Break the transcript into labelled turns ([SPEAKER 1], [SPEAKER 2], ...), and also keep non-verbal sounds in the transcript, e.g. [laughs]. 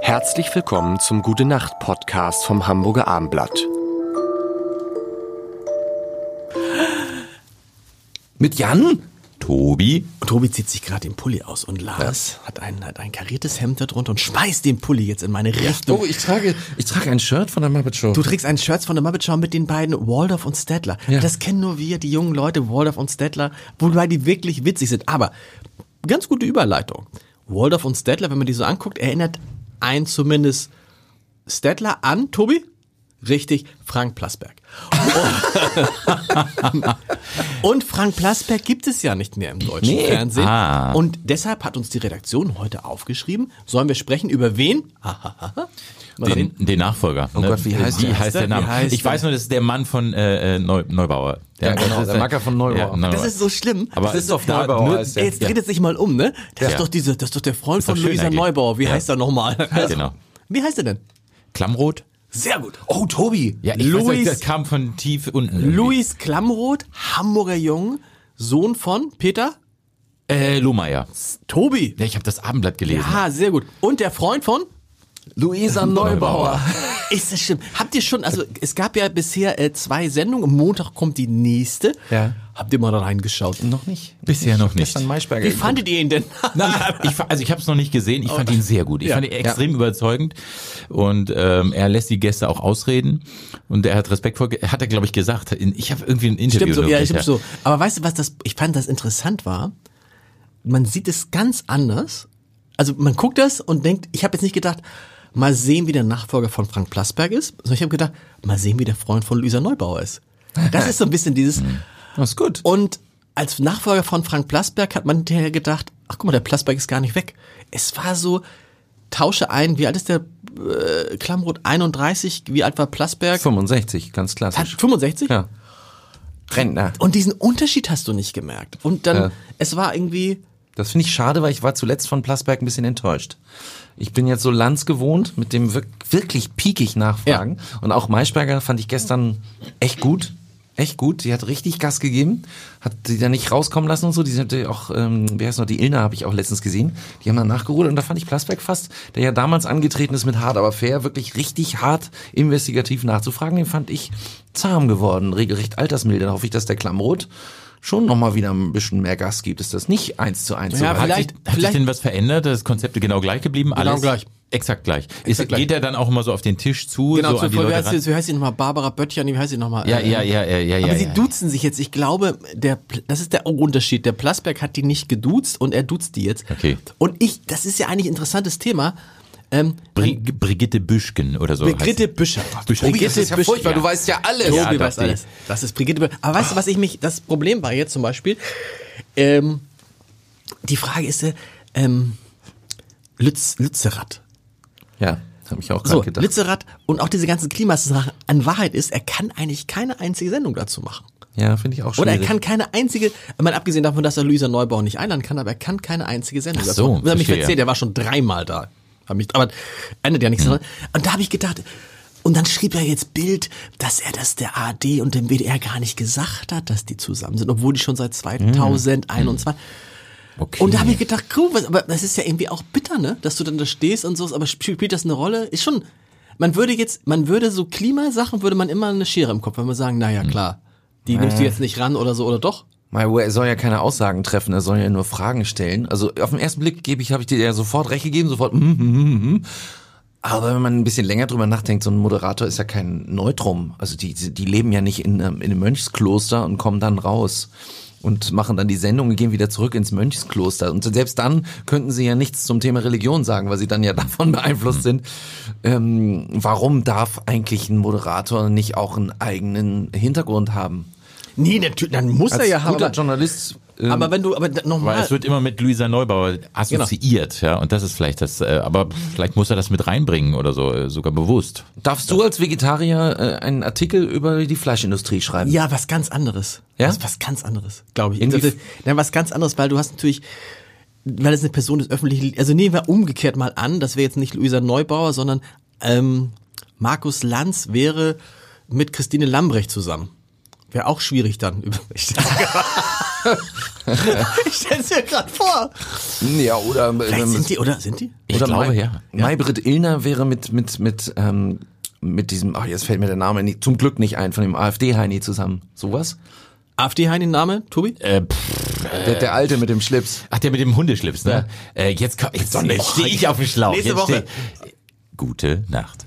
[SPEAKER 1] Herzlich willkommen zum Gute Nacht Podcast vom Hamburger Armblatt.
[SPEAKER 2] Mit Jan? Tobi?
[SPEAKER 3] Und Tobi zieht sich gerade den Pulli aus und Lars hat, ein, hat ein kariertes Hemd da drunter und schmeißt den Pulli jetzt in meine Richtung.
[SPEAKER 2] Oh, ich trage, ich trage ein Shirt von der Muppet Show.
[SPEAKER 3] Du trägst ein Shirt von der Muppet Show mit den beiden Waldorf und Stedler.
[SPEAKER 2] Ja.
[SPEAKER 3] Das kennen nur wir, die jungen Leute, Waldorf und Stedler, wobei die wirklich witzig sind. Aber ganz gute Überleitung. Waldorf und Stedler, wenn man die so anguckt, erinnert einen zumindest Stedler an, Tobi? Richtig, Frank
[SPEAKER 2] [laughs]
[SPEAKER 3] Plasberg. Und- Und Frank Plasberg gibt es ja nicht mehr im deutschen
[SPEAKER 2] Nee.
[SPEAKER 3] Fernsehen.
[SPEAKER 2] Ah.
[SPEAKER 3] Und deshalb hat uns die Redaktion heute aufgeschrieben, sollen wir sprechen über wen? [laughs] Mal
[SPEAKER 4] Den,
[SPEAKER 3] sehen.
[SPEAKER 4] den Nachfolger. ne?
[SPEAKER 2] Oh Gott, wie heißt
[SPEAKER 4] wie
[SPEAKER 2] der?
[SPEAKER 4] heißt der
[SPEAKER 3] Wie
[SPEAKER 4] Name?
[SPEAKER 3] heißt
[SPEAKER 4] ich weiß nur, das ist der Mann von äh, äh, Neu Neubauer.
[SPEAKER 2] Ja, genau,
[SPEAKER 4] das ist
[SPEAKER 2] der Macker von Neubauer.
[SPEAKER 3] Das ist so schlimm.
[SPEAKER 4] Aber
[SPEAKER 2] Das ist doch
[SPEAKER 4] da-
[SPEAKER 2] Neubauer
[SPEAKER 4] nur-
[SPEAKER 2] heißt der.
[SPEAKER 3] Ey, Jetzt dreht es sich mal um, ne? Das,
[SPEAKER 4] Ja.
[SPEAKER 3] ist doch diese, das ist doch der Freund
[SPEAKER 4] doch
[SPEAKER 3] von
[SPEAKER 4] schön
[SPEAKER 3] Luisa
[SPEAKER 4] eigentlich.
[SPEAKER 3] Neubauer. Wie
[SPEAKER 4] Ja.
[SPEAKER 3] heißt er nochmal?
[SPEAKER 4] Genau.
[SPEAKER 3] Wie heißt er denn?
[SPEAKER 4] Klamroth?
[SPEAKER 3] Sehr gut. Oh, Tobi.
[SPEAKER 4] Ja, ich weiß, nicht,
[SPEAKER 3] Luis,
[SPEAKER 4] das kam von tief unten. irgendwie.
[SPEAKER 3] Luis Klamroth, Hamburger Jung, Sohn von Peter
[SPEAKER 4] Äh, Lohmeier.
[SPEAKER 3] Tobi.
[SPEAKER 4] Ja, ich habe das Abendblatt gelesen.
[SPEAKER 3] Ah, sehr gut. Und der Freund von?
[SPEAKER 2] Luisa [laughs] Neubauer.
[SPEAKER 3] Ist das schlimm? Habt ihr schon, also es gab ja bisher äh, zwei Sendungen, am Montag kommt die nächste.
[SPEAKER 2] Ja.
[SPEAKER 3] Habt ihr mal da reingeschaut?
[SPEAKER 2] Noch nicht.
[SPEAKER 4] Bisher noch nicht.
[SPEAKER 2] Gestern Maischberger.
[SPEAKER 3] Wie fandet ihr ihn denn?
[SPEAKER 4] Nein, ich, fa- also ich habe es noch nicht gesehen. Ich fand ihn sehr gut. Ich
[SPEAKER 3] Ja.
[SPEAKER 4] fand ihn extrem überzeugend und ähm, er lässt die Gäste auch ausreden und er hat Respekt vor. Hat er glaube ich gesagt. In- Ich habe irgendwie ein Interview.
[SPEAKER 3] Stimmt so,
[SPEAKER 4] noch
[SPEAKER 3] ja,
[SPEAKER 4] gekriegt,
[SPEAKER 3] stimmt so. Aber weißt du, was das, ich fand das interessant war? Man sieht es ganz anders. Also man guckt das und denkt, ich habe jetzt nicht gedacht, mal sehen, wie der Nachfolger von Frank Plasberg ist, sondern ich habe gedacht, mal sehen, wie der Freund von Luisa Neubauer ist. Das ist so ein bisschen dieses,
[SPEAKER 2] Das ist gut.
[SPEAKER 3] und als Nachfolger von Frank Plasberg hat man hinterher gedacht, ach guck mal, der Plasberg ist gar nicht weg. Es war so, tausche ein, wie alt ist der äh, Klamroth? 31, wie alt war Plasberg?
[SPEAKER 2] 65, ganz
[SPEAKER 3] Hat
[SPEAKER 2] klassisch.
[SPEAKER 3] 65?
[SPEAKER 2] Ja. Rentner.
[SPEAKER 3] Und diesen Unterschied hast du nicht gemerkt. Und dann,
[SPEAKER 2] Ja.
[SPEAKER 3] es war irgendwie,
[SPEAKER 2] Das finde ich schade, weil ich war zuletzt von Plasberg ein bisschen enttäuscht. Ich bin jetzt so Lanz gewohnt, mit dem wirk wirklich piekig nachfragen. Und auch Maischberger fand ich gestern echt gut. Echt gut. Die hat richtig Gas gegeben. Hat die da nicht rauskommen lassen und so. Die sind natürlich auch, ähm, wie heißt noch, die Ilna habe ich auch letztens gesehen. Die haben dann nachgerudert und da fand ich Plasberg fast, der ja damals angetreten ist mit hart, aber fair, wirklich richtig hart investigativ nachzufragen. Den fand ich zahm geworden, regelrecht altersmilde. Dann hoffe ich, dass der Klammrot schon nochmal wieder ein bisschen mehr Gas gibt, ist das nicht eins zu eins. so
[SPEAKER 3] Ja,
[SPEAKER 2] weit.
[SPEAKER 4] Hat,
[SPEAKER 3] vielleicht-
[SPEAKER 4] sich, hat sich
[SPEAKER 3] vielleicht-
[SPEAKER 4] denn was verändert? Das Konzept genau gleich geblieben? Genau
[SPEAKER 3] gleich.
[SPEAKER 4] Exakt gleich. Ist,
[SPEAKER 3] gleich.
[SPEAKER 4] Geht er dann auch immer so auf den Tisch zu?
[SPEAKER 3] genau,
[SPEAKER 4] so
[SPEAKER 3] zu,
[SPEAKER 4] an die
[SPEAKER 3] wie,
[SPEAKER 4] Leute
[SPEAKER 3] heißt
[SPEAKER 4] ran?
[SPEAKER 3] sie, wie heißt sie nochmal? Barbara Böttcher, nee, wie heißt sie nochmal?
[SPEAKER 4] Ja,
[SPEAKER 3] Äh,
[SPEAKER 4] ja, ja, ja, ja,
[SPEAKER 3] Aber
[SPEAKER 4] ja.
[SPEAKER 3] sie
[SPEAKER 4] ja.
[SPEAKER 3] duzen sich jetzt. Ich glaube, der, Pl- das ist der Unterschied. Der Plasberg hat die nicht geduzt und er duzt die jetzt.
[SPEAKER 4] Okay.
[SPEAKER 3] Und ich, das ist ja eigentlich ein interessantes Thema. Ähm,
[SPEAKER 4] Bri Brigitte Büschgen oder so.
[SPEAKER 3] Brigitte
[SPEAKER 4] heißt-
[SPEAKER 3] Büscher.
[SPEAKER 4] Büscher.
[SPEAKER 3] Brigitte
[SPEAKER 4] Das ist ja
[SPEAKER 3] Büscher.
[SPEAKER 4] furchtbar, du
[SPEAKER 2] weißt ja alles.
[SPEAKER 3] Tobi
[SPEAKER 4] Ja, doch,
[SPEAKER 3] weiß
[SPEAKER 4] die- Ah.
[SPEAKER 3] alles. Das ist Brigitte Büscher. Aber weißt du, was ich mich, das Problem war jetzt zum Beispiel, ähm, die Frage ist, ja, ähm, Lütz, Lützerath.
[SPEAKER 2] Ja, habe ich auch gerade
[SPEAKER 3] So,
[SPEAKER 2] gedacht.
[SPEAKER 3] Lützerath und auch diese ganzen Klimasachen. An Wahrheit ist, er kann eigentlich keine einzige Sendung dazu machen.
[SPEAKER 2] Ja, finde ich auch
[SPEAKER 3] Oder
[SPEAKER 2] schwierig.
[SPEAKER 3] er kann keine einzige, mal abgesehen davon, dass er Luisa Neubauer nicht einladen kann, aber er kann keine einzige Sendung.
[SPEAKER 4] Ach so,
[SPEAKER 3] ich habe mich
[SPEAKER 4] verstehe.
[SPEAKER 3] verzählt, er war schon dreimal da. Hab mich, aber ändert ja nichts
[SPEAKER 4] Hm.
[SPEAKER 3] daran. Und da habe ich gedacht, und dann schrieb er jetzt Bild, dass er das der AD und dem WDR gar nicht gesagt hat, dass die zusammen sind, obwohl die schon
[SPEAKER 4] Hm.
[SPEAKER 3] seit 2021.
[SPEAKER 4] Okay.
[SPEAKER 3] Und da habe ich gedacht, cool, was, aber das ist ja irgendwie auch bitter, ne? Dass du dann da stehst und so, aber spielt spielt das eine Rolle? Ist schon, man würde jetzt, man würde so Klimasachen, würde man immer eine Schere im Kopf, wenn man sagen, naja, klar, die nimmst du jetzt nicht ran oder so, oder doch?
[SPEAKER 2] Mal, er soll ja keine Aussagen treffen, er soll ja nur Fragen stellen. Also auf den ersten Blick gebe ich, habe ich dir ja sofort recht gegeben, sofort. Mm, mm, mm, mm. Aber wenn man ein bisschen länger drüber nachdenkt, so ein Moderator ist ja kein Neutrum. Also die, die die leben ja nicht in, einem- in einem Mönchskloster und kommen dann raus und machen dann die Sendung und gehen wieder zurück ins Mönchskloster. Und selbst dann könnten sie ja nichts zum Thema Religion sagen, weil sie dann ja [laughs] davon beeinflusst sind. Ähm, warum darf eigentlich ein Moderator nicht auch einen eigenen Hintergrund haben?
[SPEAKER 3] Nee, natürlich, dann muss
[SPEAKER 2] Als
[SPEAKER 3] er ja haben.
[SPEAKER 2] guter
[SPEAKER 3] Aber,
[SPEAKER 2] Journalist. ähm,
[SPEAKER 3] aber wenn du, aber
[SPEAKER 4] Weil
[SPEAKER 3] nochmal,
[SPEAKER 4] es wird immer mit Luisa Neubauer
[SPEAKER 3] Genau.
[SPEAKER 4] assoziiert, ja, und das ist vielleicht das, äh, aber vielleicht muss er das mit reinbringen oder so, äh, sogar bewusst.
[SPEAKER 2] Darfst du als Vegetarier äh, einen Artikel über die Fleischindustrie schreiben?
[SPEAKER 3] ja, was ganz anderes.
[SPEAKER 2] Ja?
[SPEAKER 3] Was, was ganz anderes, glaube ich.
[SPEAKER 2] Inwief-
[SPEAKER 3] Nein, was ganz anderes, weil du hast natürlich, weil es eine Person des öffentlichen, also nehmen wir umgekehrt mal an, das wäre jetzt nicht Luisa Neubauer, sondern ähm, Markus Lanz [laughs] wäre mit Christine Lambrecht zusammen. Wäre auch schwierig dann. ich stell's mir gerade vor.
[SPEAKER 2] Ja, oder ähm,
[SPEAKER 3] Vielleicht sind die, oder? Sind die?
[SPEAKER 4] Ich
[SPEAKER 2] Oder
[SPEAKER 4] glaube,
[SPEAKER 2] Mai,
[SPEAKER 4] ja.
[SPEAKER 2] Maybrit Illner wäre mit mit mit ähm, mit diesem, ach jetzt fällt mir der Name nie, zum Glück nicht ein, von dem AfD-Heini zusammen. Sowas?
[SPEAKER 3] AfD-Heini-Name, Tobi?
[SPEAKER 4] Äh, pff,
[SPEAKER 2] Der, der Alte mit dem Schlips.
[SPEAKER 4] ach, der mit dem Hundeschlips, ne? Äh, jetzt komm, jetzt, jetzt stehe ich auf dem Schlauch.
[SPEAKER 3] Nächste
[SPEAKER 4] jetzt
[SPEAKER 3] Woche.
[SPEAKER 4] steh- Gute Nacht.